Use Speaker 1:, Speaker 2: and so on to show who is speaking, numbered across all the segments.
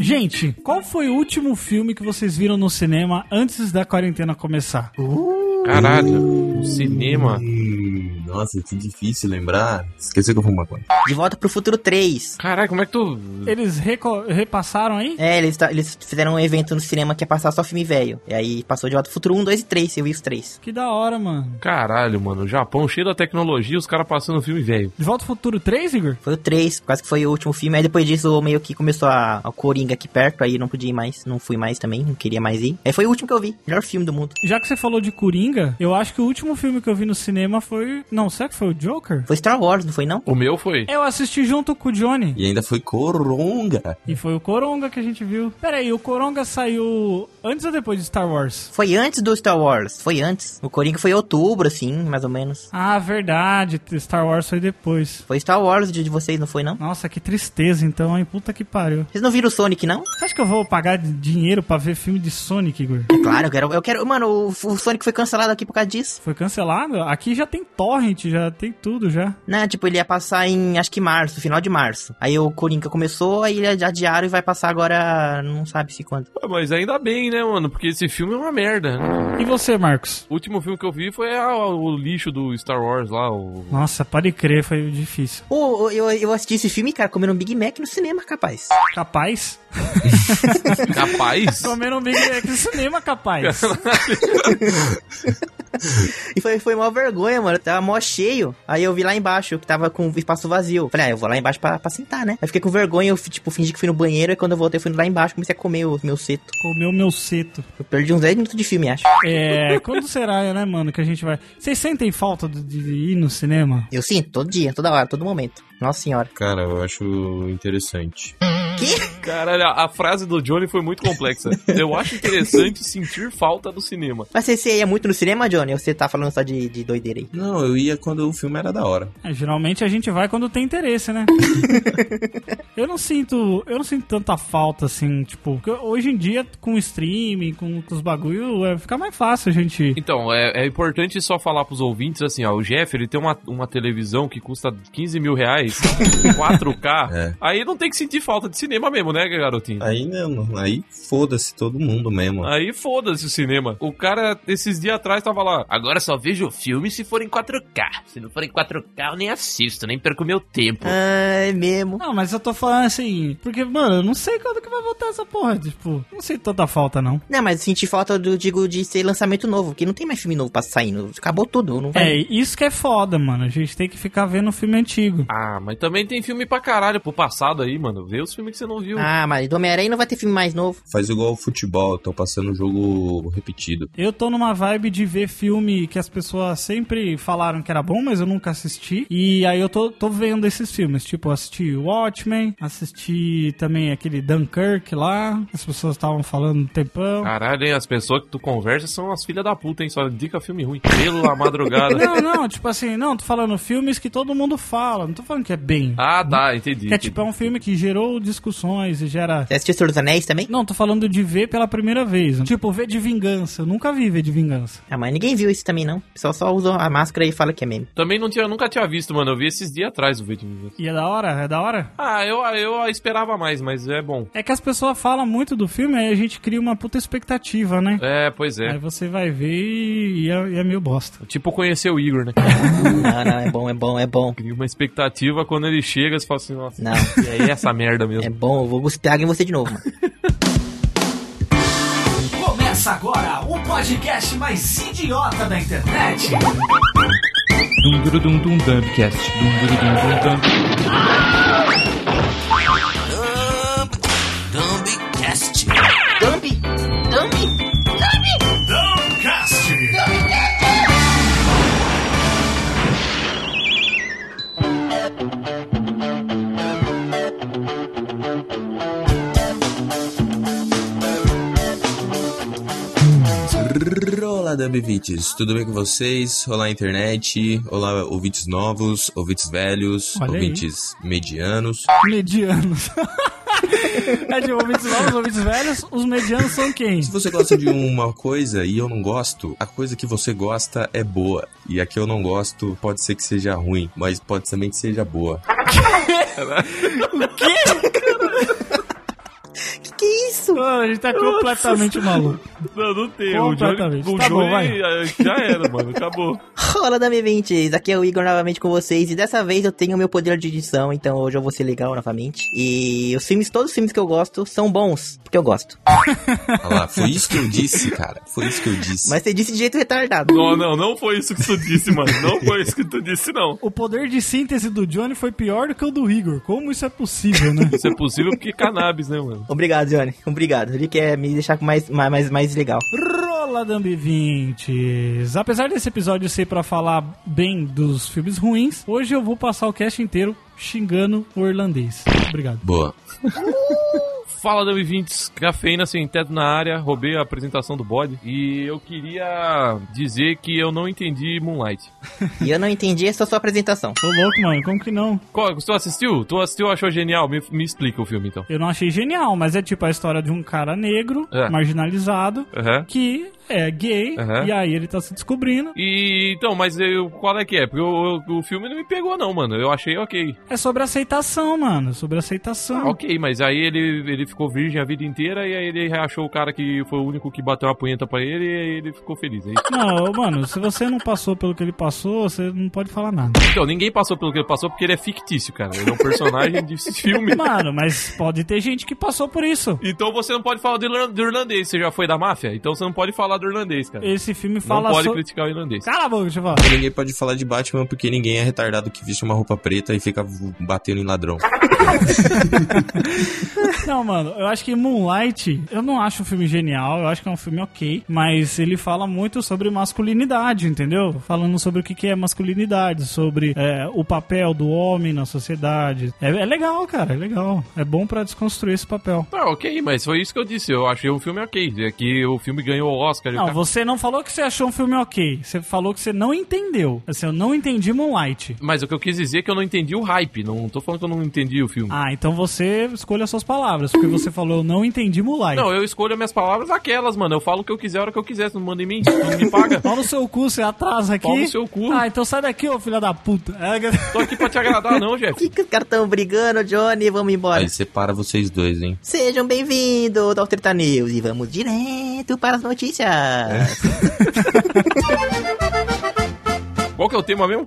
Speaker 1: Gente, qual foi o último filme que vocês viram no cinema antes da quarentena começar?
Speaker 2: Caralho, o cinema.
Speaker 3: Hum, Nossa, que difícil lembrar. Esqueci que eu fumo maconha.
Speaker 4: De Volta pro Futuro 3.
Speaker 2: Caralho, como é que tu.
Speaker 1: Eles reco- repassaram aí?
Speaker 4: É, eles, tá- eles fizeram um evento no cinema que ia passar só filme velho. E aí passou de Volta pro Futuro 1, 2 e 3. Eu vi os três.
Speaker 1: Que da hora, mano.
Speaker 2: Caralho, mano. O Japão cheio da tecnologia, os caras passando filme velho.
Speaker 1: De Volta ao Futuro 3, Igor?
Speaker 4: Foi o 3, quase que foi o último filme. Aí depois disso meio que começou a, a Coringa aqui perto. Aí eu não podia ir mais. Não fui mais também. Não queria mais ir. Aí foi o último que eu vi. Melhor filme do mundo.
Speaker 1: Já que você falou de Coringa, eu acho que o último filme que eu vi no cinema foi. Não, será que foi o Joker?
Speaker 4: Foi Star Wars, não foi não?
Speaker 2: O meu foi.
Speaker 1: Eu assisti junto com o Johnny.
Speaker 3: E ainda foi coronga.
Speaker 1: E foi o Coronga que a gente viu. Pera aí, o Coronga saiu antes ou depois de Star Wars?
Speaker 4: Foi antes do Star Wars. Foi antes. O Coringa foi em outubro, assim, mais ou menos.
Speaker 1: Ah, verdade. Star Wars foi depois.
Speaker 4: Foi Star Wars de de vocês, não foi não?
Speaker 1: Nossa, que tristeza então, hein? Puta que pariu.
Speaker 4: Vocês não viram o Sonic, não?
Speaker 1: Você acha que eu vou pagar de- dinheiro pra ver filme de Sonic, Igor?
Speaker 4: É claro, eu quero. Eu quero mano, o, o Sonic foi cancelado aqui por causa disso.
Speaker 1: Foi cancelado? Aqui já tem torrent, já tem tudo já.
Speaker 4: Né, tipo, ele ia passar em, acho que março, final de março. Aí o Coringa começou, aí ele adiaram e vai passar agora, não sabe se quando.
Speaker 2: Ah, Mas ainda bem, né, mano? Porque esse filme é uma merda.
Speaker 1: E você, Marcos?
Speaker 2: O último filme que eu vi foi ah, o lixo do Star Wars lá, o.
Speaker 1: Nossa, pode crer, foi difícil.
Speaker 4: Pô, eu, eu assisti esse filme, cara, comendo um Big Mac no cinema, capaz.
Speaker 1: Capaz?
Speaker 2: Capaz?
Speaker 1: Comendo um Big Mac no cinema, capaz.
Speaker 4: E foi, foi mó vergonha, mano. Tava mó cheio. Aí eu vi lá embaixo, que tava com espaço vazio. Falei, ah, eu vou lá embaixo pra, pra sentar, né? Aí fiquei com vergonha, eu fi- tipo, fingi que fui no banheiro, e quando eu voltei, eu fui lá embaixo, comecei a comer o meu seto.
Speaker 1: Comeu meu seto.
Speaker 4: Eu perdi uns 10 minutos de filme, acho.
Speaker 1: É, quando será, né, mano, que a gente vai. Vocês sentem falta de, de ir no cinema?
Speaker 4: Eu sinto, todo dia, toda hora, todo momento. Nossa senhora.
Speaker 3: Cara, eu acho interessante.
Speaker 2: Caralho, a a frase do Johnny foi muito complexa. Eu acho interessante sentir falta do cinema.
Speaker 4: Mas você, você ia muito no cinema, Johnny? Ou você tá falando só de, de doideira aí?
Speaker 3: Não, eu ia quando o filme era da hora.
Speaker 1: É, geralmente a gente vai quando tem interesse, né? eu não sinto, eu não sinto tanta falta assim, tipo, porque hoje em dia com o streaming, com, com os bagulho, é, fica mais fácil a gente ir.
Speaker 2: Então, é, é importante só falar pros ouvintes assim, ó. O Jeff, ele tem uma, uma televisão que custa 15 mil reais, 4K.
Speaker 3: É.
Speaker 2: Aí não tem que sentir falta de cinema mesmo, né, garotinho?
Speaker 3: Aí mesmo, aí foda-se todo mundo mesmo.
Speaker 2: Aí foda-se o cinema. O cara, esses dias atrás, tava lá. Agora só vejo filme se for em 4K. Se não for em 4K, eu nem assisto, nem perco meu tempo.
Speaker 4: Ah, é mesmo.
Speaker 1: Não, mas eu tô falando assim, porque, mano, eu não sei quando que vai voltar essa porra, tipo, não sinto tanta falta, não.
Speaker 4: Não, Né, mas senti falta, do, digo, de ser lançamento novo, porque não tem mais filme novo pra sair. não- Acabou tudo, não vai.
Speaker 1: É, isso que é foda, mano. A gente tem que ficar vendo filme antigo.
Speaker 2: Ah, mas também tem filme pra caralho pro passado aí, mano. Vê os filmes que você não viu.
Speaker 4: Ah, mas do Homem-Aranha não vai ter filme mais novo.
Speaker 3: Faz igual o futebol, tô passando o jogo repetido.
Speaker 1: Eu tô numa vibe de ver filme que as pessoas sempre falaram que era bom, mas eu nunca assisti. E aí eu tô, tô vendo esses filmes. Tipo, eu assisti Watchmen, assisti também aquele Dunkirk lá. As pessoas estavam falando um tempão.
Speaker 2: Caralho, hein? As pessoas que tu conversa são as filhas da puta, hein? Só indica filme ruim. Pela madrugada.
Speaker 1: Não, não, tipo assim, não, tô falando filmes que todo mundo fala. Não tô falando que é bem.
Speaker 2: ah, tá, entendi.
Speaker 1: Que é tipo, é um filme que gerou discussões e gera.
Speaker 4: Você assistiu Senhor dos Anéis também?
Speaker 1: Não, tô falando de ver pela primeira vez. Tipo, ver de vingança. Eu nunca vi ver de vingança.
Speaker 4: Ah, mas ninguém viu isso também, não. O pessoal só usou a máscara e fala que é meme.
Speaker 2: Também não tinha, nunca tinha visto, mano. Eu vi esses dias atrás o vídeo.
Speaker 1: E é da hora? É da hora?
Speaker 2: Ah, eu, eu esperava mais, mas é bom.
Speaker 1: É que as pessoas falam muito do filme, aí a gente cria uma puta expectativa, né?
Speaker 2: É, pois é.
Speaker 1: Aí você vai ver e é, e é meio bosta.
Speaker 2: Tipo conhecer o Igor, né?
Speaker 4: não, não, é bom, é bom, é bom.
Speaker 2: Cria uma expectativa quando ele chega, você fala assim, nossa,
Speaker 4: Não.
Speaker 2: e aí é essa merda
Speaker 4: É
Speaker 2: mesmo.
Speaker 4: bom, eu vou cuspir água em você de novo, mano.
Speaker 5: Começa agora o podcast mais idiota da internet.
Speaker 6: Dum-dum-dum-dum Dumbcast. Dum-dum-dum-dum
Speaker 5: Dumbcast.
Speaker 4: Dumbi! Dumbi!
Speaker 5: Dumbcast.
Speaker 3: Olá, Dumbvites, tudo bem com vocês? Olá, internet. Olá, ouvintes novos, ouvintes velhos,
Speaker 1: Olha aí.
Speaker 3: ouvintes medianos.
Speaker 1: Medianos. é de ouvintes novos, ouvintes velhos, os medianos são quem?
Speaker 3: Se você gosta de uma coisa e eu não gosto, a coisa que você gosta é boa. E a que eu não gosto pode ser que seja ruim, mas pode também que seja boa.
Speaker 4: Que que é isso?
Speaker 1: Mano, a gente tá completamente maluco.
Speaker 2: Não, não tem. O Johnny,
Speaker 1: É. Completamente.
Speaker 2: o
Speaker 1: Tá bom,
Speaker 2: Johnny
Speaker 1: vai.
Speaker 2: ah, já era, mano. Acabou.
Speaker 4: Olá, Dami20, aqui é o Igor novamente com vocês e dessa vez eu tenho meu poder de edição, então hoje eu vou ser legal novamente. E os filmes, todos os filmes que eu gosto são bons, porque eu gosto.
Speaker 3: Olha lá, foi isso que eu disse, cara. Foi isso que eu disse.
Speaker 4: Mas você disse de jeito retardado.
Speaker 2: Não, não, não foi isso que tu disse, mano. Não foi isso que tu disse, não.
Speaker 1: O poder de síntese do Johnny foi pior do que o do Igor. Como isso é possível, né?
Speaker 2: Isso é possível porque é cannabis, né, mano?
Speaker 4: Obrigado, Johnny. Obrigado. Ele quer me deixar com mais, mais, mais, mais legal.
Speaker 1: Rola Dambi 20. Apesar desse episódio ser pra falar bem dos filmes ruins, hoje eu vou passar o cast inteiro xingando o irlandês. Obrigado.
Speaker 3: Boa.
Speaker 2: Fala, Dami Vintes, cafeína sem teto na área, roubei a apresentação do bode. E eu queria dizer que eu não entendi Moonlight.
Speaker 4: E eu não entendi essa sua apresentação.
Speaker 1: Tô louco, mano. Como que não?
Speaker 2: Qual, tu assistiu? Tu assistiu achou genial? Me, me explica o filme, então.
Speaker 1: Eu não achei genial, mas é tipo a história de um cara negro,
Speaker 2: É.
Speaker 1: marginalizado,
Speaker 2: Aham.
Speaker 1: que é gay,
Speaker 2: Aham.
Speaker 1: e aí ele tá se descobrindo.
Speaker 2: E então, mas eu, qual é que é? Porque eu- eu- o filme não me pegou, não, mano. Eu achei ok.
Speaker 1: É sobre aceitação, mano. Sobre aceitação.
Speaker 2: Ah, ok, mas aí ele, ele ficou virgem a vida inteira e aí ele reachou o cara que foi o único que bateu a punheta pra ele e aí ele ficou feliz. É isso.
Speaker 1: Não, mano, se você não passou pelo que ele passou, você não pode falar nada.
Speaker 2: Então, ninguém passou pelo que ele passou porque ele é fictício, cara. Ele é um personagem de filme.
Speaker 1: Mano, mas pode ter gente que passou por isso.
Speaker 2: Então você não pode falar do, irlan- do irlandês. Você já foi da máfia? Então você não pode falar do irlandês, cara.
Speaker 1: Esse filme
Speaker 2: não
Speaker 1: fala
Speaker 2: pode
Speaker 1: sobre.
Speaker 2: criticar o irlandês.
Speaker 1: Cala a boca, deixa eu falar.
Speaker 3: Ninguém pode falar de Batman porque ninguém é retardado que veste uma roupa preta e fica v- batendo em ladrão.
Speaker 1: Não, mano, eu acho que Moonlight, eu não acho o filme genial, eu acho que é um filme ok, mas ele fala muito sobre masculinidade, entendeu? Falando sobre o que que é masculinidade, sobre é, o papel do homem na sociedade. É, é legal, cara, é legal. É bom pra desconstruir esse papel.
Speaker 2: Tá, ok, mas foi isso que eu disse. Eu achei um filme ok. É que o filme ganhou o Oscar. e o
Speaker 1: Não,
Speaker 2: cara-
Speaker 1: você não falou que você achou um filme ok. Você falou que você não entendeu. Assim, eu não entendi Moonlight.
Speaker 2: Mas o que eu quis dizer é que eu não entendi o hype. Não tô falando que eu não entendi o filme.
Speaker 1: Ah, então você escolha suas palavras, porque você falou eu não entendi Moonlight.
Speaker 2: Não, eu escolho as minhas palavras aquelas, mano. Eu falo o que eu quiser, a hora que eu quiser. Você não manda em mim, tu não me paga.
Speaker 1: Pau no seu cu, você atrasa aqui.
Speaker 2: Pau no seu cu.
Speaker 1: Ah, então sai daqui, ô filha da puta. É,
Speaker 2: Tô aqui pra te agradar, não,
Speaker 4: Por que,
Speaker 2: Jeff.
Speaker 4: que os caras tão brigando, Johnny? Vamos embora.
Speaker 3: Aí separa vocês dois, hein?
Speaker 4: Sejam bem-vindos ao Treta News e vamos direto para as notícias.
Speaker 2: Qual que é o tema mesmo?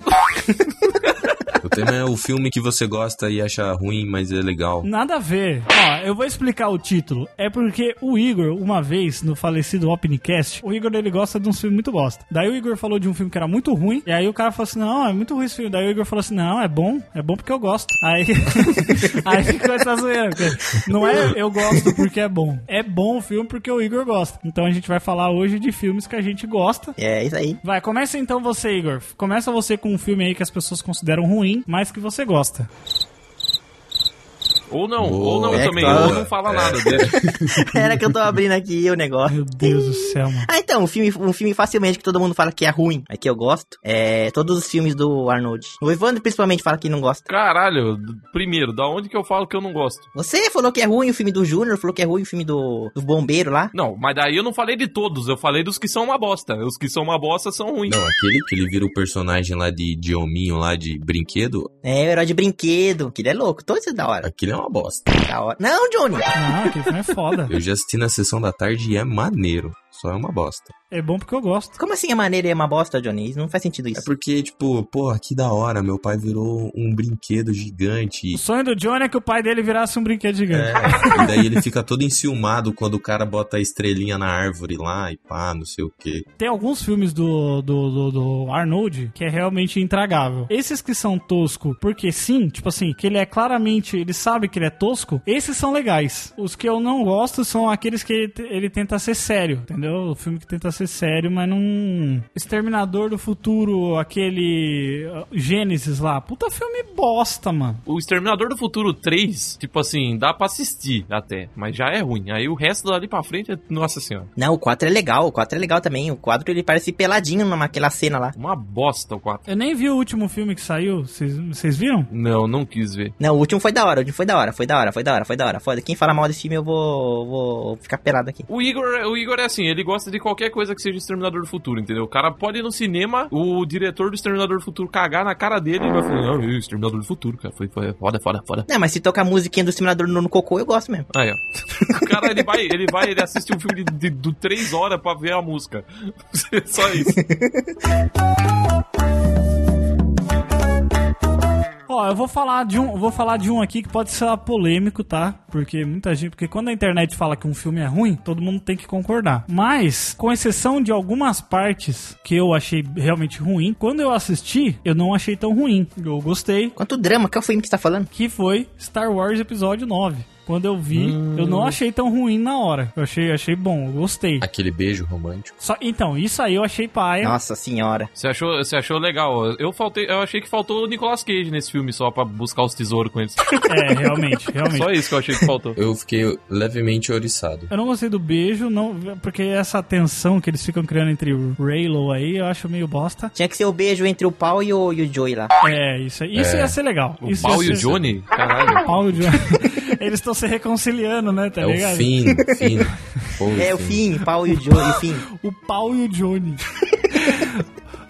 Speaker 3: O tema é o filme que você gosta e acha ruim, mas é legal.
Speaker 1: Nada a ver. Ó, eu vou explicar o título. É porque o Igor, uma vez, no falecido Opencast, o Igor ele gosta de um filme muito bosta. Daí o Igor falou de um filme que era muito ruim. E aí o cara falou assim: não, é muito ruim esse filme. Daí o Igor falou assim: não, é bom, é bom porque eu gosto. Aí, aí ficou essa zoeira. porque Não é eu gosto porque é bom. É bom o filme porque o Igor gosta. Então a gente vai falar hoje de filmes que a gente gosta.
Speaker 4: É isso aí.
Speaker 1: Vai, começa então você, Igor. Começa você com um filme aí que as pessoas consideram ruim, mas que você gosta.
Speaker 2: Ou não,
Speaker 3: Boa,
Speaker 2: ou não
Speaker 3: é
Speaker 2: eu
Speaker 3: que
Speaker 2: também.
Speaker 3: tá.
Speaker 2: Ou não fala nada. deixa.
Speaker 4: Era que eu tô abrindo aqui o negócio.
Speaker 1: Meu Deus do céu, mano.
Speaker 4: Ah, então, um filme, um filme facilmente que todo mundo fala que é ruim, é que eu gosto, é todos os filmes do Arnold. O Evandro principalmente fala que não gosta.
Speaker 2: Caralho, primeiro, da onde que eu falo que eu não gosto?
Speaker 4: Você falou que é ruim o filme do Júnior, falou que é ruim o filme do, do Bombeiro lá.
Speaker 2: Não, mas daí eu não falei de todos, eu falei dos que são uma bosta. Os que são uma bosta são ruins.
Speaker 3: Não, aquele que ele vira o personagem lá de de hominho lá de brinquedo,
Speaker 4: É, o herói de brinquedo, que ele é louco, todo isso é da hora,
Speaker 3: aquele é uma bosta.
Speaker 4: da hora. Tá Não, Johnny!
Speaker 1: Não, aquele filme é foda.
Speaker 3: Eu já assisti na sessão da tarde e é maneiro. Só é uma bosta.
Speaker 1: É bom porque eu gosto.
Speaker 4: Como assim a maneira é uma bosta, Johnny? Isso Não faz sentido
Speaker 3: É
Speaker 4: isso.
Speaker 3: porque, tipo, porra, que da hora. Meu pai virou um brinquedo gigante.
Speaker 1: O sonho do Johnny é que o pai dele virasse um brinquedo gigante.
Speaker 3: É, e daí ele fica todo enciumado quando o cara bota a estrelinha na árvore lá e pá, não sei o quê.
Speaker 1: Tem alguns filmes do, do, do, do Arnold que é realmente intragável. Esses que são tosco, porque sim, tipo assim, que ele é claramente, ele sabe que ele é tosco, esses são legais. Os que eu não gosto são aqueles que ele, te- ele tenta ser sério, entendeu? O filme que tenta ser sério, mas não. Exterminador do Futuro, aquele. uh, Gênesis lá. Puta filme bosta, mano.
Speaker 2: O Exterminador do Futuro 3, tipo assim, dá pra assistir até, mas já é ruim. Aí o resto dali pra frente é. Nossa senhora,
Speaker 4: Não, o 4 é legal, o 4 é legal também. O 4 ele parece peladinho naquela cena lá.
Speaker 2: uma bosta o 4.
Speaker 1: Eu nem vi o último filme que saiu, vocês vocês viram?
Speaker 2: Não, não quis ver.
Speaker 4: Não, o último foi da hora, o último foi da hora, foi da hora, foi da hora, foi da hora. Foda, quem fala mal desse filme eu vou, vou ficar pelado aqui.
Speaker 2: O Igor, o Igor é assim, ele, ele gosta de qualquer coisa que seja Exterminador do Futuro, entendeu? O cara pode ir no cinema, o diretor do Exterminador do Futuro cagar na cara dele e vai falar, não, ih, Exterminador do Futuro, cara, foi, foi foda, foda, foda.
Speaker 4: Não, mas se tocar a musiquinha do Exterminador no, no cocô, eu gosto mesmo.
Speaker 2: Aí, ó. O cara, ele vai, ele vai, ele assiste um filme de, de, do três horas pra ver a música. É Só isso.
Speaker 1: Ó, eu vou falar de um, vou falar de um aqui que pode ser polêmico, tá? Porque muita gente, porque quando a internet fala que um filme é ruim, todo mundo tem que concordar. Mas, com exceção de algumas partes que eu achei realmente ruim, quando eu assisti, eu não achei tão ruim. Eu gostei,
Speaker 4: Quanto drama, que é o filme que você tá falando?
Speaker 1: que foi Star Wars episódio 9. Quando eu vi, eu não achei tão ruim na hora. Eu achei, achei bom, eu gostei.
Speaker 3: Aquele beijo romântico.
Speaker 1: Só, então, isso aí eu achei paia.
Speaker 4: Nossa senhora.
Speaker 2: Você achou, você achou legal, ó. Eu, faltei, eu achei que faltou o Nicolas Cage nesse filme só pra buscar os tesouros com eles.
Speaker 1: É, realmente, realmente.
Speaker 2: Só isso que eu achei que faltou.
Speaker 3: Eu fiquei levemente oriçado.
Speaker 1: Eu não gostei do beijo, não, porque essa tensão que eles ficam criando entre o Raylo aí, eu acho meio bosta.
Speaker 4: Tinha que ser o beijo entre o pau e o, e o Joey lá.
Speaker 1: É, isso, aí- isso
Speaker 3: É.
Speaker 1: ia ser legal.
Speaker 2: O
Speaker 1: isso
Speaker 2: Mal
Speaker 1: ia
Speaker 2: e o
Speaker 1: ser-
Speaker 2: Johnny? Caralho.
Speaker 1: Paul e o Johnny. Eles estão se reconciliando, né, tá
Speaker 3: é
Speaker 1: ligado?
Speaker 3: o fim, fim. Pô,
Speaker 4: É, o fim, pau e o Joey, o fim.
Speaker 1: O Paul e o Johnny.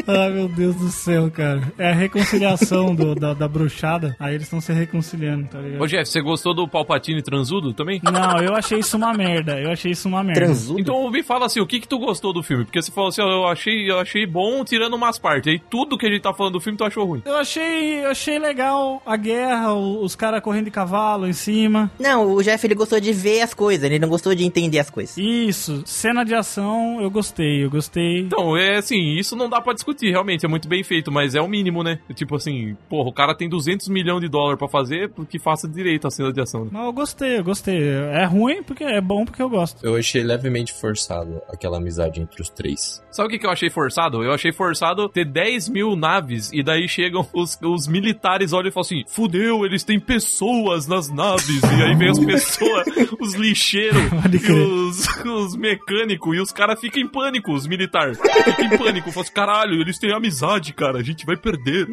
Speaker 1: Ai, meu Deus do céu, cara. É a reconciliação do- da, da bruxada. Aí eles estão se reconciliando, tá ligado?
Speaker 2: Ô, Jeff, você gostou do Palpatine transudo também?
Speaker 1: Não, eu achei isso uma merda. Eu achei isso uma merda.
Speaker 4: Transudo.
Speaker 2: Então me fala assim, o que que tu gostou do filme? Porque você falou assim, ó, eu achei, eu achei bom tirando umas partes. Aí tudo que a gente tá falando do filme tu achou ruim.
Speaker 1: Eu achei, eu achei legal a guerra, o- os caras correndo de cavalo em cima.
Speaker 4: Não, o Jeff ele gostou de ver as coisas, ele não gostou de entender as coisas.
Speaker 1: Isso, cena de ação, eu gostei, eu gostei.
Speaker 2: Então, é assim, isso não dá pra discutir, realmente, é muito bem feito, mas é o mínimo, né? Tipo assim, porra, o cara tem 200 milhões de dólares pra fazer, porque faça direito a cena de ação. né?
Speaker 1: Não, eu gostei, eu gostei. É ruim porque é bom porque eu gosto.
Speaker 3: Eu achei levemente forçado aquela amizade entre os três.
Speaker 2: Sabe o que, que eu achei forçado? Eu achei forçado ter 10 mil naves e daí chegam os, os militares, olham e falam assim: fudeu, eles têm pessoas nas naves. E aí vem as pessoas, os lixeiros,
Speaker 1: Pode
Speaker 2: e
Speaker 1: crer.
Speaker 2: os, os mecânicos, e os caras ficam em pânico, os militares. Ficam em pânico. Falam assim: caralho, eles têm amizade, cara, a gente vai perder.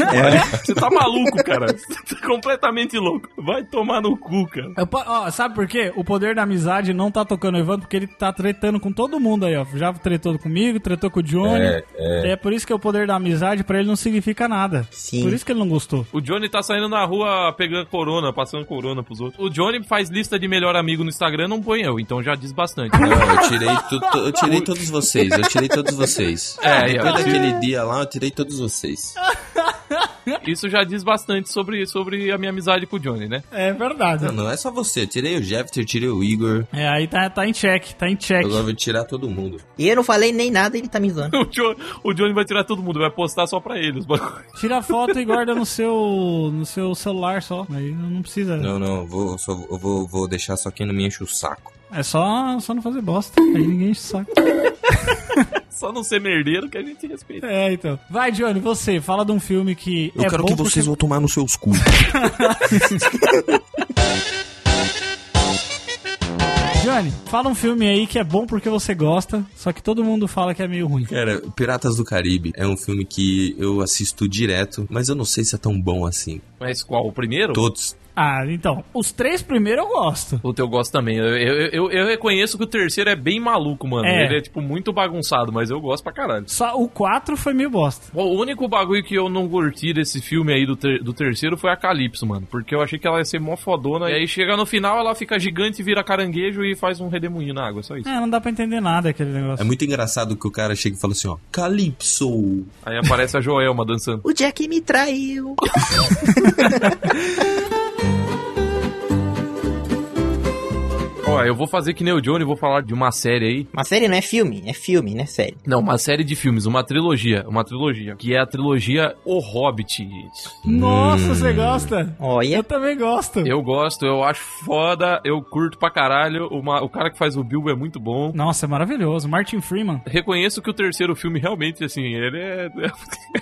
Speaker 1: É.
Speaker 2: Você tá maluco, cara. Você tá completamente louco. Vai tomar no cu, cara.
Speaker 1: Eu po- ó, sabe por quê? O poder da amizade não tá tocando o Evandro porque ele tá tretando com todo mundo aí, ó. Já tretou comigo, tretou com o Johnny.
Speaker 3: É,
Speaker 1: é. por isso que o poder da amizade pra ele não significa nada.
Speaker 4: Sim.
Speaker 1: Por isso que ele não gostou.
Speaker 2: O Johnny tá saindo na rua pegando corona, passando corona pros outros. O Johnny faz lista de melhor amigo no Instagram, não põe eu, então já diz bastante.
Speaker 3: Não, eu tirei, tu- tu- eu tirei todos vocês, eu tirei todos vocês.
Speaker 2: É,
Speaker 3: Depois
Speaker 2: eu-
Speaker 3: daquele dia lá, eu tirei todos vocês.
Speaker 2: Isso já diz bastante sobre, sobre a minha amizade com o Johnny, né?
Speaker 1: É verdade.
Speaker 3: Não, não é só você, eu tirei o Jeff, eu tirei o Igor.
Speaker 1: É, aí tá, tá em check, tá em check.
Speaker 3: Agora eu vou tirar todo mundo.
Speaker 4: E eu não falei nem nada, ele tá me zoando.
Speaker 2: O Johnny, o Johnny vai tirar todo mundo, vai postar só pra ele os bagulhos.
Speaker 1: Tira a foto e guarda no seu, no seu celular só. Aí não precisa.
Speaker 3: Não, não, eu vou, só, eu vou, vou deixar só quem não me enche o saco.
Speaker 1: É só, só não fazer bosta. Aí ninguém enche o saco.
Speaker 2: Só não ser merdeiro que a gente respeita.
Speaker 1: É, então. Vai, Johnny, você, fala de um filme que.
Speaker 3: Eu
Speaker 1: é
Speaker 3: quero
Speaker 1: bom
Speaker 3: que vocês
Speaker 1: porque...
Speaker 3: vão tomar nos seus cus.
Speaker 1: Johnny, fala um filme aí que é bom porque você gosta, só que todo mundo fala que é meio ruim.
Speaker 3: Cara, Piratas do Caribe é um filme que eu assisto direto, mas eu não sei se é tão bom assim.
Speaker 2: Mas qual? O primeiro?
Speaker 3: Todos.
Speaker 1: Ah, então. Os três primeiros eu gosto.
Speaker 2: O teu gosto também. Eu, eu, eu- eu reconheço que o terceiro é bem maluco, mano.
Speaker 1: É.
Speaker 2: Ele é, tipo, muito bagunçado, mas eu gosto pra caralho.
Speaker 1: Só o quatro foi meio bosta.
Speaker 2: Bom, o único bagulho que eu não curti desse filme aí do, ter- do terceiro foi a Calypso, mano. Porque eu achei que ela ia ser mó fodona. E aí chega no final, ela fica gigante, vira caranguejo e faz um redemoinho na água. Só isso.
Speaker 1: É, não dá pra entender nada aquele negócio.
Speaker 3: É muito engraçado que o cara chega e fala assim, ó, Calypso.
Speaker 2: Aí aparece a Joelma dançando.
Speaker 4: O Jack me traiu.
Speaker 2: Ó, eu vou fazer que nem o Johnny, vou falar de uma série aí.
Speaker 4: Mas série não é filme, é filme, né? Série.
Speaker 2: Não, uma série de filmes, uma trilogia. Uma trilogia. Que é a trilogia O Hobbit.
Speaker 1: Nossa, você gosta?
Speaker 4: Olha,
Speaker 1: Eu também gosto.
Speaker 2: Eu gosto, eu acho foda, eu curto pra caralho. Uma- o cara que faz o Bilbo é muito bom.
Speaker 1: Nossa, é maravilhoso. Martin Freeman.
Speaker 2: Reconheço que o terceiro filme realmente, assim, ele é.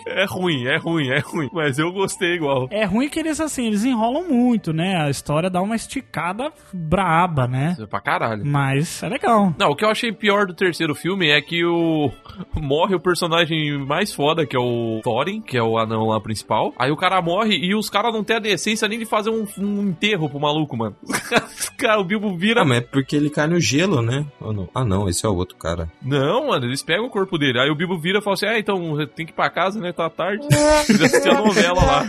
Speaker 2: É ruim, é ruim, é ruim. Mas eu gostei igual.
Speaker 1: É ruim que eles, assim, eles enrolam muito, né? A história dá uma esticada braba, né?
Speaker 2: rápido pra caralho.
Speaker 1: Mas é legal.
Speaker 2: Não, o que eu achei pior do terceiro filme é que o morre o personagem mais foda, que é o Thorin, que é o anão lá principal. Aí o cara morre e os caras não têm a decência nem de fazer um, um enterro pro maluco, mano. cara, o Bilbo vira.
Speaker 3: Ah, mas é porque ele cai no gelo, né? Ou não? Ah, não, esse é o outro cara.
Speaker 2: Não, mano, eles pegam o corpo dele. Aí o Bilbo vira e fala assim: "Ah, então tem que ir pra casa, né? Tá tarde". Já assistiu a novela lá.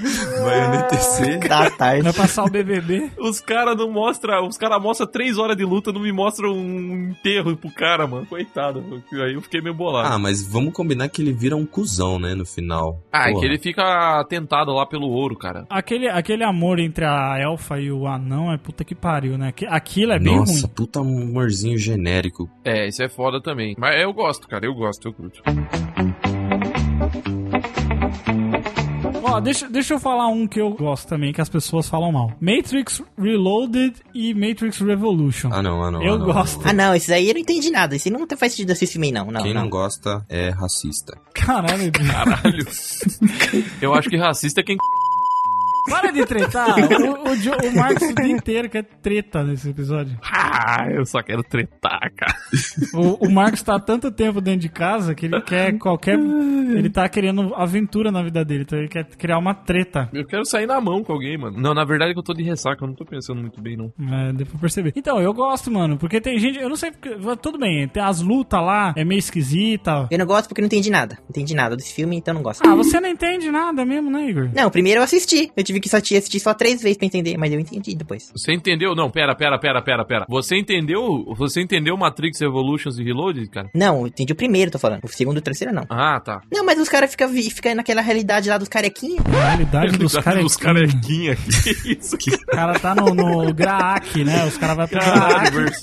Speaker 3: Vai NTC.
Speaker 4: Tá tarde.
Speaker 1: Vai passar o BBB.
Speaker 2: Os caras não mostram, os caras mostram três horas de luta, não me mostram um enterro pro cara, mano. Coitado, mano. aí eu fiquei meio bolado.
Speaker 3: Ah, mas vamos combinar que ele vira um cuzão, né, no final.
Speaker 2: Ah, é
Speaker 3: Porra.
Speaker 2: que ele fica tentado lá pelo ouro, cara.
Speaker 1: Aquele, aquele amor entre a elfa e o anão é puta que pariu, né? Aqui- Aquilo é bem
Speaker 3: Nossa,
Speaker 1: ruim.
Speaker 3: puta amorzinho genérico.
Speaker 2: É, isso é foda também. Mas eu gosto, cara, eu gosto, eu curto.
Speaker 1: Ó, deixa, deixa eu falar um que eu gosto também, que as pessoas falam mal. Matrix Reloaded e Matrix Revolution.
Speaker 3: Ah, não, ah, não.
Speaker 1: Eu
Speaker 3: ah, não,
Speaker 1: gosto.
Speaker 3: não,
Speaker 4: Ah, não, esse daí eu não entendi nada. Esse não faz sentido assistir filme, aí, não.
Speaker 3: não.
Speaker 4: não
Speaker 3: Quem
Speaker 4: não.
Speaker 3: não gosta é racista.
Speaker 1: Caralho, bicho.
Speaker 2: Caralho. Eu acho que racista é quem.
Speaker 1: para de tretar. O, o, Jo- o Marcos o dia inteiro quer treta nesse episódio.
Speaker 2: Ah, eu só quero tretar, cara.
Speaker 1: O, o Marcos tá há tanto tempo dentro de casa que ele quer qualquer. Ele tá querendo aventura na vida dele, então ele quer criar uma treta.
Speaker 2: Eu quero sair na mão com alguém, mano. Não, na verdade é que eu tô de ressaca, eu não tô pensando muito bem, não.
Speaker 1: É, deu pra perceber. Então, eu gosto, mano, porque tem gente. Eu não sei porque. Tudo bem, tem as lutas lá, é meio esquisita.
Speaker 4: Eu não gosto porque eu não entendi nada. Não entendi nada desse filme, então eu não gosto.
Speaker 1: Ah, você não entende nada mesmo, né, Igor?
Speaker 4: Não, primeiro eu assisti. Eu tive que só te- assistir só três vezes pra entender, mas eu entendi depois.
Speaker 2: Você entendeu? Não, pera, pera, pera, pera, pera. Você entendeu? Você entendeu Matrix Revolutions e Reloaded, cara?
Speaker 4: Não, eu entendi o primeiro, tô falando. O segundo e o terceiro, não.
Speaker 2: Ah, tá.
Speaker 4: Não, mas os caras ficam fica naquela realidade lá dos carequinhos.
Speaker 1: A realidade dos caras.
Speaker 2: Os carequinha. é Que isso,
Speaker 1: O cara tá no, no Graak, né? Os caras vão pro
Speaker 2: cara?
Speaker 1: Graak.
Speaker 2: versus-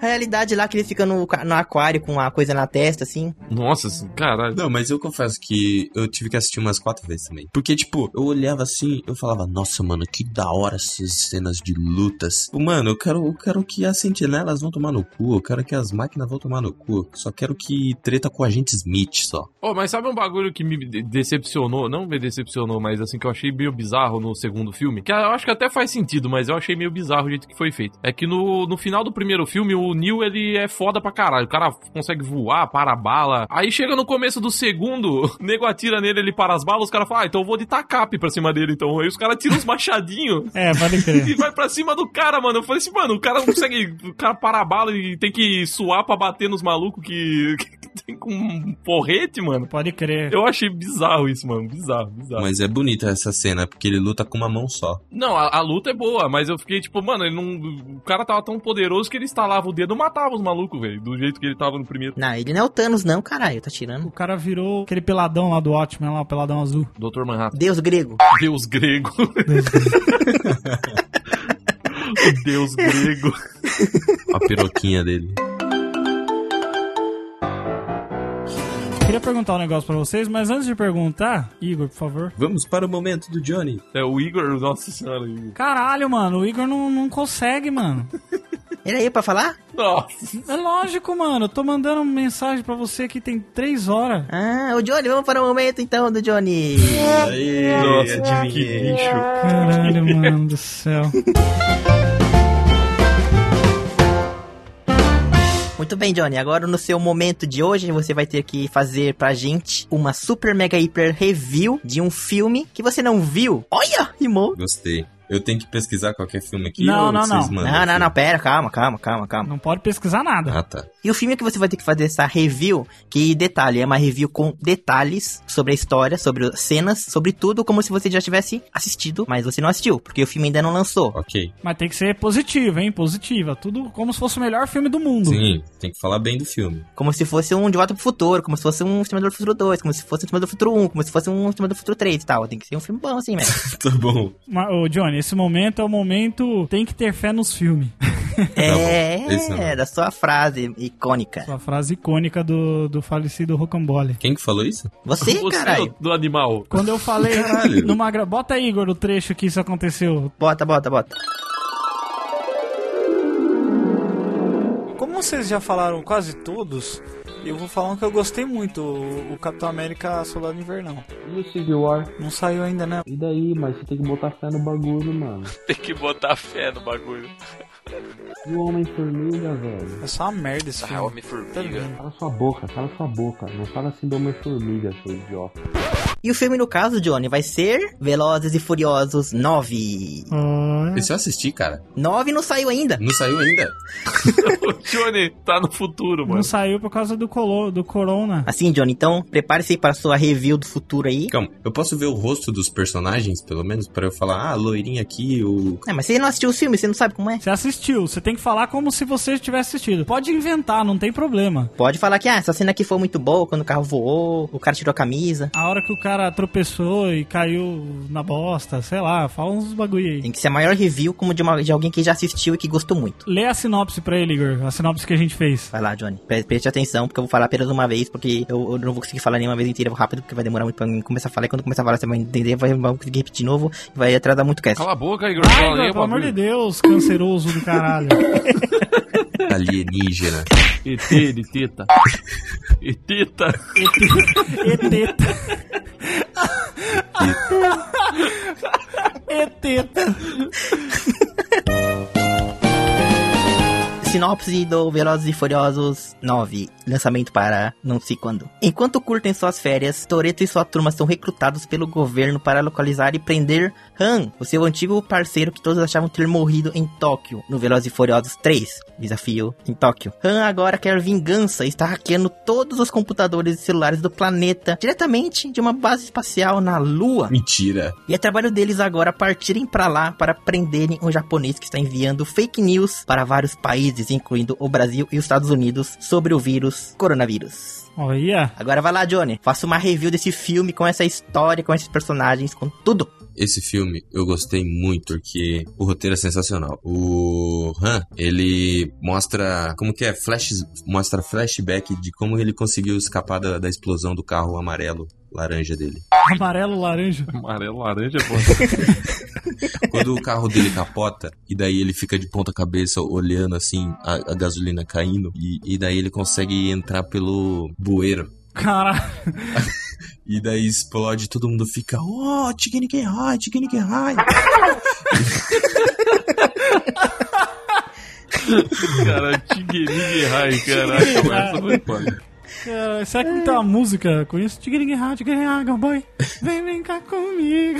Speaker 4: A realidade lá que eles ficam no, ca- no aquário com a coisa na testa, assim.
Speaker 2: Nossa, assim, caralho.
Speaker 3: Não, mas eu confesso que eu tive que assistir umas quatro vezes também. Porque, tipo, eu olhava assim, eu falava, nossa, mano, que da hora essas cenas de lutas. Tipo, Mano, eu quero, eu quero que as sentinelas vão tomar no cu, eu quero que as máquinas vão tomar no cu. Só quero que treta com o agente Smith só.
Speaker 2: Ô, mas sabe um bagulho que me de- decepcionou? Não me decepcionou, mas assim, que eu achei meio bizarro no segundo filme. Que eu acho que até faz sentido, mas eu achei meio bizarro o jeito que foi feito. É que no, no final do primeiro filme, o Neil, ele é foda pra caralho. O cara consegue voar, para a bala. Aí chega no começo do segundo, o nego atira nele, ele para as balas, os caras falam, ah, então eu vou de tacape pra cima dele, então. Aí os caras tiram os machadinhos.
Speaker 1: É, vale
Speaker 2: E
Speaker 1: crer.
Speaker 2: vai pra cima do cara, mano. Eu falei assim, mano, o cara não consegue. O cara para a bala e tem que suar pra bater nos malucos que, que tem com um porrete, mano.
Speaker 1: Pode crer.
Speaker 2: Eu achei bizarro isso, mano. Bizarro, bizarro.
Speaker 3: Mas é bonita essa cena, porque ele luta com uma mão só.
Speaker 2: Não, a, a luta é boa, mas eu fiquei tipo, mano, ele não. O cara tava tão poderoso que ele estalava o dedo e matava os malucos, velho. Do jeito que ele tava no primeiro.
Speaker 4: Não, ele não é o Thanos, não, caralho. Tá tirando.
Speaker 1: O cara virou aquele peladão lá do Watchmen, lá, o peladão azul.
Speaker 2: Doutor Manhattan.
Speaker 4: Deus grego.
Speaker 2: Deus grego. O Deus grego.
Speaker 3: A piroquinha dele.
Speaker 1: Queria perguntar um negócio pra vocês, mas antes de perguntar, Igor, por favor.
Speaker 3: Vamos para o momento do Johnny.
Speaker 2: É o Igor, nossa senhora, Igor.
Speaker 1: Caralho, mano, o Igor não, não consegue, mano.
Speaker 4: Era eu pra falar?
Speaker 2: Nossa.
Speaker 1: É lógico, mano. Eu tô mandando mensagem pra você que tem três horas.
Speaker 4: Ah, o Johnny, vamos para o momento então do Johnny.
Speaker 2: Nossa, de que bicho.
Speaker 1: Caralho, mano do céu.
Speaker 4: Muito bem, Johnny. Agora no seu momento de hoje, você vai ter que fazer pra gente uma super mega hiper review de um filme que você não viu. Olha, rimou.
Speaker 3: Gostei. Eu tenho que pesquisar qualquer filme aqui?
Speaker 1: Não,
Speaker 3: ou
Speaker 1: não,
Speaker 3: vocês
Speaker 1: não.
Speaker 3: mandam
Speaker 4: não, não,
Speaker 3: aqui?
Speaker 4: não, pera, calma, calma, calma, calma.
Speaker 1: Não pode pesquisar nada.
Speaker 3: Ah, tá.
Speaker 4: E o filme que você vai ter que fazer essa review, que detalhe, é uma review com detalhes sobre a história, sobre as cenas, sobre tudo, como se você já tivesse assistido, mas você não assistiu, porque o filme ainda não lançou.
Speaker 3: Ok.
Speaker 1: Mas tem que ser positiva, hein? Positiva. Tudo como se fosse o melhor filme do mundo.
Speaker 3: Sim, tem que falar bem do filme.
Speaker 4: Como se fosse um De Volta pro Futuro, como se fosse um Exterminador do Futuro 2, como se fosse um Exterminador do Futuro 1, como se fosse um Exterminador do Futuro 3 e tal. Tem que ser um filme bom assim mesmo.
Speaker 3: tá bom.
Speaker 1: Mas, ô, Johnny, esse momento é o momento. Tem que ter fé nos filmes.
Speaker 3: bom, esse não.
Speaker 4: é, da sua frase icônica.
Speaker 1: Sua frase icônica do, do falecido Rocambole.
Speaker 3: Quem que falou isso?
Speaker 4: Você,
Speaker 2: Você é
Speaker 3: é
Speaker 4: caralho.
Speaker 2: do animal.
Speaker 1: Quando eu falei
Speaker 3: Caralho.
Speaker 1: numa gra... Bota aí, Igor, o trecho que isso aconteceu.
Speaker 4: Bota, bota, bota.
Speaker 7: Como vocês já falaram quase todos, eu vou falar um que eu gostei muito, o o Capitão América Soldado Invernal.
Speaker 6: E o Civil War?
Speaker 7: Não saiu ainda, né?
Speaker 6: E daí, mas você tem que botar fé no bagulho, mano.
Speaker 8: Tem que botar fé no bagulho. E o Homem-Formiga, velho?
Speaker 7: É só uma merda esse
Speaker 9: Ah,
Speaker 7: filme. Tá
Speaker 9: Homem-Formiga.
Speaker 8: Cala sua boca, cala sua boca. Não fala assim do Homem-Formiga, seu idiota.
Speaker 4: E o filme, no caso, Johnny, vai ser Velozes e Furiosos 9.
Speaker 1: Ah,
Speaker 3: Esse eu assisti, cara.
Speaker 4: 9 não saiu ainda.
Speaker 3: Não saiu ainda.
Speaker 2: O Johnny tá no futuro,
Speaker 1: não
Speaker 2: mano.
Speaker 1: saiu por causa do, colo, do corona.
Speaker 4: Assim, Johnny, então prepare-se aí para sua review do futuro aí.
Speaker 3: Calma, eu posso ver o rosto dos personagens, pelo menos, pra eu falar, ah, loirinha aqui, o...
Speaker 4: É, mas você não assistiu o filme, você não sabe como é?
Speaker 1: Você assistiu, você tem que falar como se você tivesse assistido. Pode inventar, não tem problema.
Speaker 4: Pode falar que ah, essa cena aqui foi muito boa, quando o carro voou, o cara tirou a camisa.
Speaker 1: A hora que o cara tropeçou e caiu na bosta, sei lá, fala uns bagulho aí.
Speaker 4: Tem que ser a maior review como de, uma- de alguém que já assistiu e que gostou muito.
Speaker 1: Lê a sinopse pra ele, Igor. A sinopse que a gente fez.
Speaker 4: Vai lá, Johnny. Pre- Preste atenção, porque eu vou falar apenas uma vez, porque eu, eu não vou conseguir falar nenhuma vez inteira rápido, porque vai demorar muito pra mim começar a falar. E quando começar a falar, você vai entender, vai, vai conseguir repetir de novo e vai atrasar muito o cast.
Speaker 9: Cala a boca, Igor.
Speaker 1: Ai,
Speaker 9: Fala
Speaker 1: Igor,
Speaker 9: aí,
Speaker 1: pelo amor
Speaker 9: bagulho.
Speaker 1: de Deus, canceroso do caralho.
Speaker 3: alienígena.
Speaker 2: ET de teta. Eteta.
Speaker 1: Eteta. Eteta.
Speaker 4: Sinopse do Velozes e Furiosos 9. Lançamento para não sei quando. Enquanto curtem suas férias, Toreto e sua turma são recrutados pelo governo para localizar e prender Han, o seu antigo parceiro que todos achavam ter morrido em Tóquio, no Velozes e Furiosos 3. Desafio em Tóquio. Han agora quer vingança e está hackeando todos os computadores e celulares do planeta diretamente de uma base espacial na Lua.
Speaker 3: Mentira.
Speaker 4: E é trabalho deles agora partirem pra lá para prenderem um japonês que está enviando fake news para vários países, incluindo o Brasil e os Estados Unidos, sobre o vírus coronavírus.
Speaker 1: Olha,
Speaker 4: Agora vai lá, Johnny. Faça uma review desse filme com essa história, com esses personagens, com tudo.
Speaker 3: Esse filme eu gostei muito porque o roteiro é sensacional. O Han, ele mostra como que é, flashes, mostra flashback de como ele conseguiu escapar da, da explosão do carro amarelo laranja dele.
Speaker 1: amarelo, laranja.
Speaker 2: Amarelo, laranja, pô.
Speaker 3: Quando o carro dele capota e daí ele fica de ponta cabeça olhando assim a, a gasolina caindo e, e daí ele consegue entrar pelo bueiro
Speaker 1: Caralho.
Speaker 3: e daí explode e todo mundo fica oh chicken que high chicken que high
Speaker 2: Cara, tiguerinha errai, caraca, mano, essa foi foda.
Speaker 1: Cara, É, será que não tem uma música com isso? Tigringuirá, tigringuirá, cowboy. Vem brincar comigo.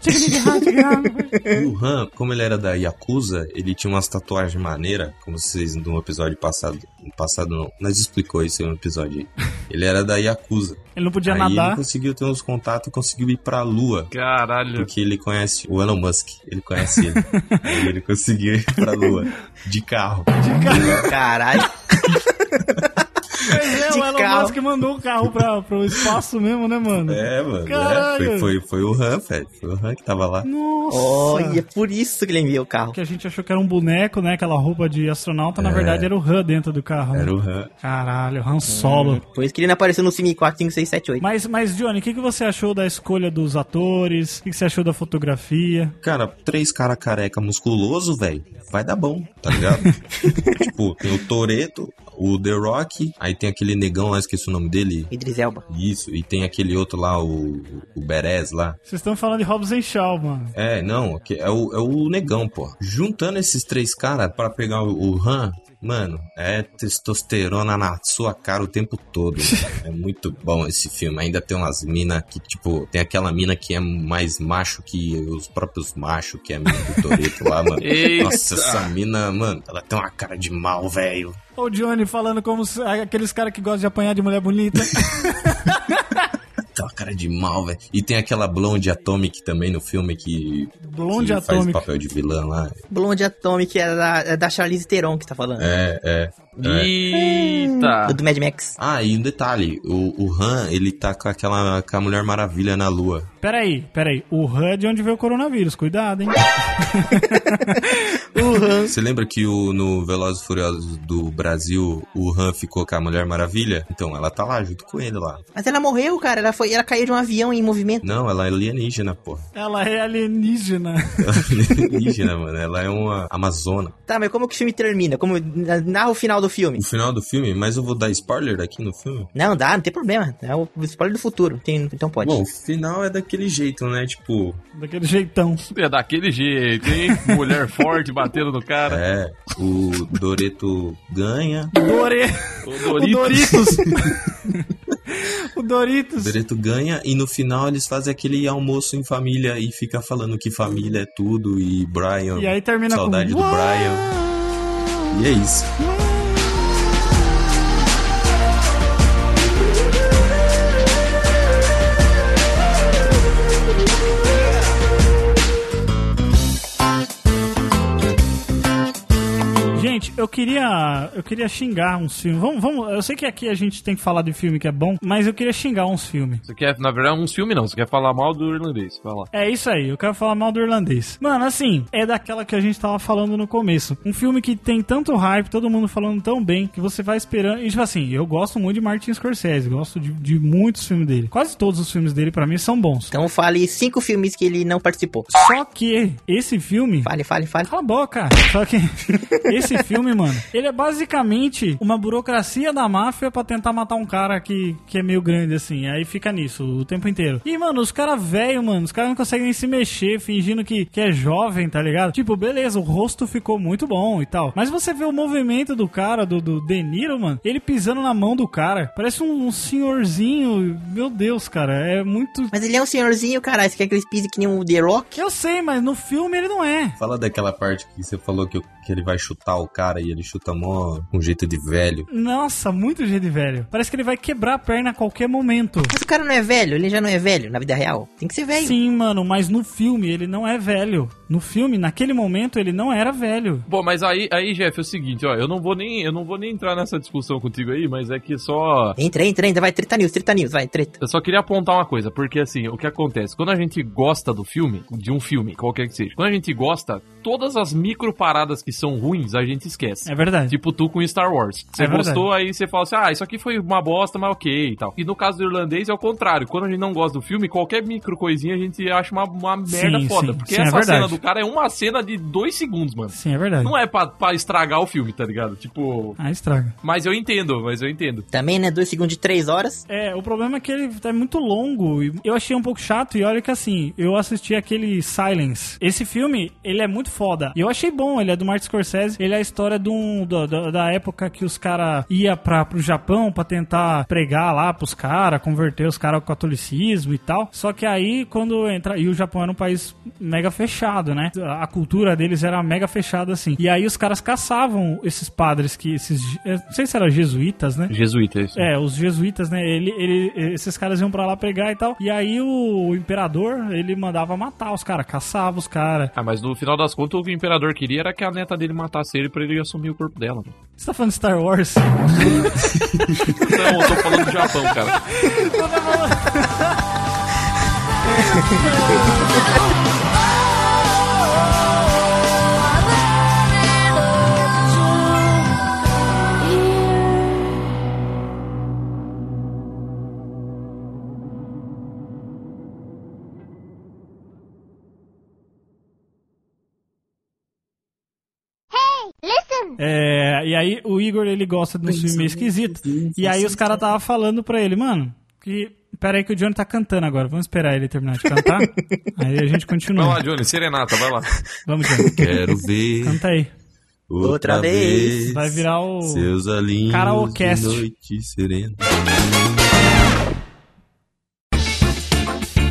Speaker 1: Tigringuirá, tigringuirá, cowboy.
Speaker 3: E o Han, como ele era da Yakuza, ele tinha umas tatuagens maneira, como vocês no episódio passado. No passado não, nós explicou isso em um episódio aí. Ele era da Yakuza.
Speaker 1: Ele não podia
Speaker 3: aí ele
Speaker 1: nadar.
Speaker 3: conseguiu ter uns contatos e conseguiu ir pra lua.
Speaker 2: Caralho.
Speaker 3: Porque ele conhece o Elon Musk. Ele conhece ele. aí ele conseguiu ir pra lua. De carro.
Speaker 4: Caralho.
Speaker 1: Pois é,
Speaker 4: de
Speaker 1: o Elon
Speaker 4: carro.
Speaker 1: Musk mandou o carro pra, pro espaço mesmo, né, mano?
Speaker 3: É, mano. É,
Speaker 1: Caralho.
Speaker 3: foi, foi, foi o Han, velho. Foi o Han que tava lá.
Speaker 1: Nossa.
Speaker 4: Olha, é por isso que ele enviou o carro.
Speaker 1: Que a gente achou que era um boneco, né? Aquela roupa de astronauta. Na verdade, era o Han dentro do carro.
Speaker 3: É.
Speaker 1: né?
Speaker 3: Era o É. Han.
Speaker 1: Caralho, Han Solo.
Speaker 4: Por isso que ele não apareceu no filme 4, 5, 6, 7, 8.
Speaker 1: Mas, mas, Johnny, o que, que você achou da escolha dos atores? O que, que você achou da fotografia?
Speaker 3: Cara, três cara careca musculoso, velho, vai dar bom, tá ligado? tipo, tem o Toreto, o The Rock, aí tem aquele negão lá, esqueci o nome dele.
Speaker 4: Idris Elba.
Speaker 3: Isso, e tem aquele outro lá, o, o Beres lá.
Speaker 1: Vocês estão falando de Hobbs and Shaw, mano.
Speaker 3: É, não, que- é o, é o negão, pô. Juntando esses três caras pra pegar o, o Han, mano, é testosterona na sua cara o tempo todo. é muito bom esse filme. Ainda tem umas minas que, tipo, tem aquela mina que é mais macho que os próprios machos, que é a mina do Toreto lá, mano.
Speaker 9: Eita.
Speaker 3: Nossa, essa mina, mano, ela tem uma cara de mal, velho.
Speaker 1: Olha O Johnny falando como se- aqueles caras que gostam de apanhar de mulher bonita.
Speaker 3: Tem uma cara de mal, velho. E tem aquela blonde Atomic também no filme que,
Speaker 1: Blonde
Speaker 3: que faz o
Speaker 1: Atomic.
Speaker 3: papel de vilã lá.
Speaker 4: Blonde Atomic é da, é da Charlize Theron que tá falando.
Speaker 3: É, é.
Speaker 9: Eita.
Speaker 2: É.
Speaker 4: Do, do Mad Max.
Speaker 3: Ah, e um detalhe, o, o Han, ele tá com aquela com a Mulher Maravilha na lua.
Speaker 1: Peraí, peraí. O Han é de onde veio o coronavírus. Cuidado, hein?
Speaker 3: Você lembra que o, no Velozes e Furiosos do Brasil, o Han ficou com a Mulher Maravilha? Então, ela tá lá junto com ele lá.
Speaker 4: Mas ela morreu, cara. Ela, foi, ela caiu de um avião em movimento.
Speaker 3: Não, ela é alienígena, porra.
Speaker 1: Ela é alienígena.
Speaker 3: Ela é alienígena, mano. Ela é uma amazona.
Speaker 4: Tá, mas como que o filme termina? Como narra o final do filme?
Speaker 3: O final do filme, mas eu vou dar spoiler aqui no filme?
Speaker 4: Não, dá, não tem problema. É o spoiler do futuro. Tem- então pode.
Speaker 3: Bom, o final é daquele jeito, né? Tipo,
Speaker 1: Daquele jeitão.
Speaker 2: É daquele jeito, hein? Mulher forte batendo no cara.
Speaker 3: é. O Doreto ganha.
Speaker 1: Dore...
Speaker 2: O
Speaker 1: É. O
Speaker 2: Doritos.
Speaker 1: Doritos. o
Speaker 3: O
Speaker 1: Doritos.
Speaker 3: Doreto ganha e no final eles fazem aquele almoço em família e fica falando que família é tudo e Brian.
Speaker 1: E aí termina
Speaker 3: saudade
Speaker 1: com...
Speaker 3: do Brian. E é isso.
Speaker 1: Gente, eu queria, eu queria xingar uns filmes. Vamos, vamos, eu sei que aqui a gente tem que falar de filme que é bom, mas eu queria xingar uns filmes.
Speaker 2: Você quer, na verdade, um filme não. Você quer falar mal do irlandês. Vai lá.
Speaker 1: É isso aí, eu quero falar mal do irlandês. Mano, assim, é daquela que a gente tava falando no começo. Um filme que tem tanto hype, todo mundo falando tão bem, que você vai esperando. E, tipo assim, eu gosto muito de Martin Scorsese, gosto de, de muitos filmes dele. Quase todos os filmes dele, pra mim, são bons.
Speaker 4: Então fale cinco filmes que ele não participou.
Speaker 1: Só que esse filme.
Speaker 4: Fale, fale, fale.
Speaker 1: Cala a boca! Só que esse filme, mano, ele é basicamente uma burocracia da máfia pra tentar matar um cara que, que é meio grande, assim. Aí fica nisso o tempo inteiro. E, mano, os caras velho, mano, os caras não conseguem nem se mexer, fingindo que, que é jovem, tá ligado? Tipo, beleza, o rosto ficou muito bom e tal. Mas você vê o movimento do cara, do, do De Niro, mano, ele pisando na mão do cara. Parece um, um senhorzinho. Meu Deus, cara, é muito.
Speaker 4: Mas ele é um senhorzinho, caralho. Você quer que ele pise que nem o The Rock?
Speaker 1: Eu sei, mas no filme ele não é.
Speaker 3: Fala daquela parte que você falou que, que ele vai chutar o cara e ele chuta mó com jeito de velho.
Speaker 1: Nossa, muito jeito de velho. Parece que ele vai quebrar a perna a qualquer momento.
Speaker 4: Mas o cara não é velho, ele já não é velho na vida real. Tem que ser velho.
Speaker 1: Sim, mano, mas no filme ele não é velho. No filme, naquele momento, ele não era velho.
Speaker 2: Bom, mas aí, aí, Jeff, é o seguinte, ó. Eu não vou nem, eu não vou nem entrar nessa discussão contigo aí, mas é que só
Speaker 4: Entra, entra, entra. Vai, treta news, treta news, vai, treta.
Speaker 2: Eu só queria apontar uma coisa, porque assim, o que acontece? Quando a gente gosta do filme, de um filme, qualquer que seja, quando a gente gosta, todas as micro paradas que são ruins a gente esquece.
Speaker 1: É verdade.
Speaker 2: Tipo tu com Star Wars. Você
Speaker 1: É verdade.
Speaker 2: gostou, aí você fala assim, ah, isso aqui foi uma bosta, mas ok e tal. E no caso do irlandês é o contrário. Quando a gente não gosta do filme, qualquer micro coisinha a gente acha uma, uma merda
Speaker 1: Sim,
Speaker 2: foda.
Speaker 1: sim.
Speaker 2: Porque
Speaker 1: Sim, é
Speaker 2: essa cena
Speaker 1: verdade.
Speaker 2: do cara é uma cena de dois segundos, mano.
Speaker 1: Sim, é verdade.
Speaker 2: Não é pra, pra estragar o filme, tá ligado? Tipo.
Speaker 1: Ah, estraga.
Speaker 2: Mas eu entendo, mas eu entendo.
Speaker 4: Também, né? Dois segundos de três horas.
Speaker 1: É, o problema é que ele é muito longo. e Eu achei um pouco chato e olha que assim, eu assisti aquele Silence. Esse filme, ele é muito foda. E eu achei bom, ele é do Martin Scorsese. Ele é a história de um, da, da- da época que os caras iam pro Japão pra tentar pregar lá pros caras, converter os caras ao catolicismo e tal. Só que aí, quando entra. E o Japão era um país mega fechado, né? A cultura deles era mega fechada assim. E aí os caras caçavam esses padres que. Esses, eu não sei se eram jesuítas, né?
Speaker 2: Jesuíta, isso.
Speaker 1: É, os jesuítas, né? Ele, ele- esses caras iam pra lá pregar e tal. E aí o imperador, ele mandava matar os caras, caçava os caras.
Speaker 2: Ah, mas no final das contas, o que o imperador queria era que a neta dele matasse ele pra ele assumir o corpo dela. Mano.
Speaker 1: Você tá falando de Star Wars?
Speaker 2: Não, Então, eu tô falando do Japão, cara.
Speaker 1: É, e aí o Igor, ele gosta de um filme meio esquisito. E aí os caras tava falando pra ele, mano, que... Pera aí que o Johnny tá cantando agora, vamos esperar ele terminar de cantar. aí a gente
Speaker 2: Vai lá,
Speaker 1: continua.
Speaker 2: Johnny, serenata, vai lá.
Speaker 1: Vamos, Johnny.
Speaker 3: Quero ver
Speaker 1: Canta aí.
Speaker 3: outra,
Speaker 4: Outra vez.
Speaker 3: vez.
Speaker 1: Vai virar o...
Speaker 3: Seus olhinhos
Speaker 1: Karaokecast.
Speaker 3: de noite serena.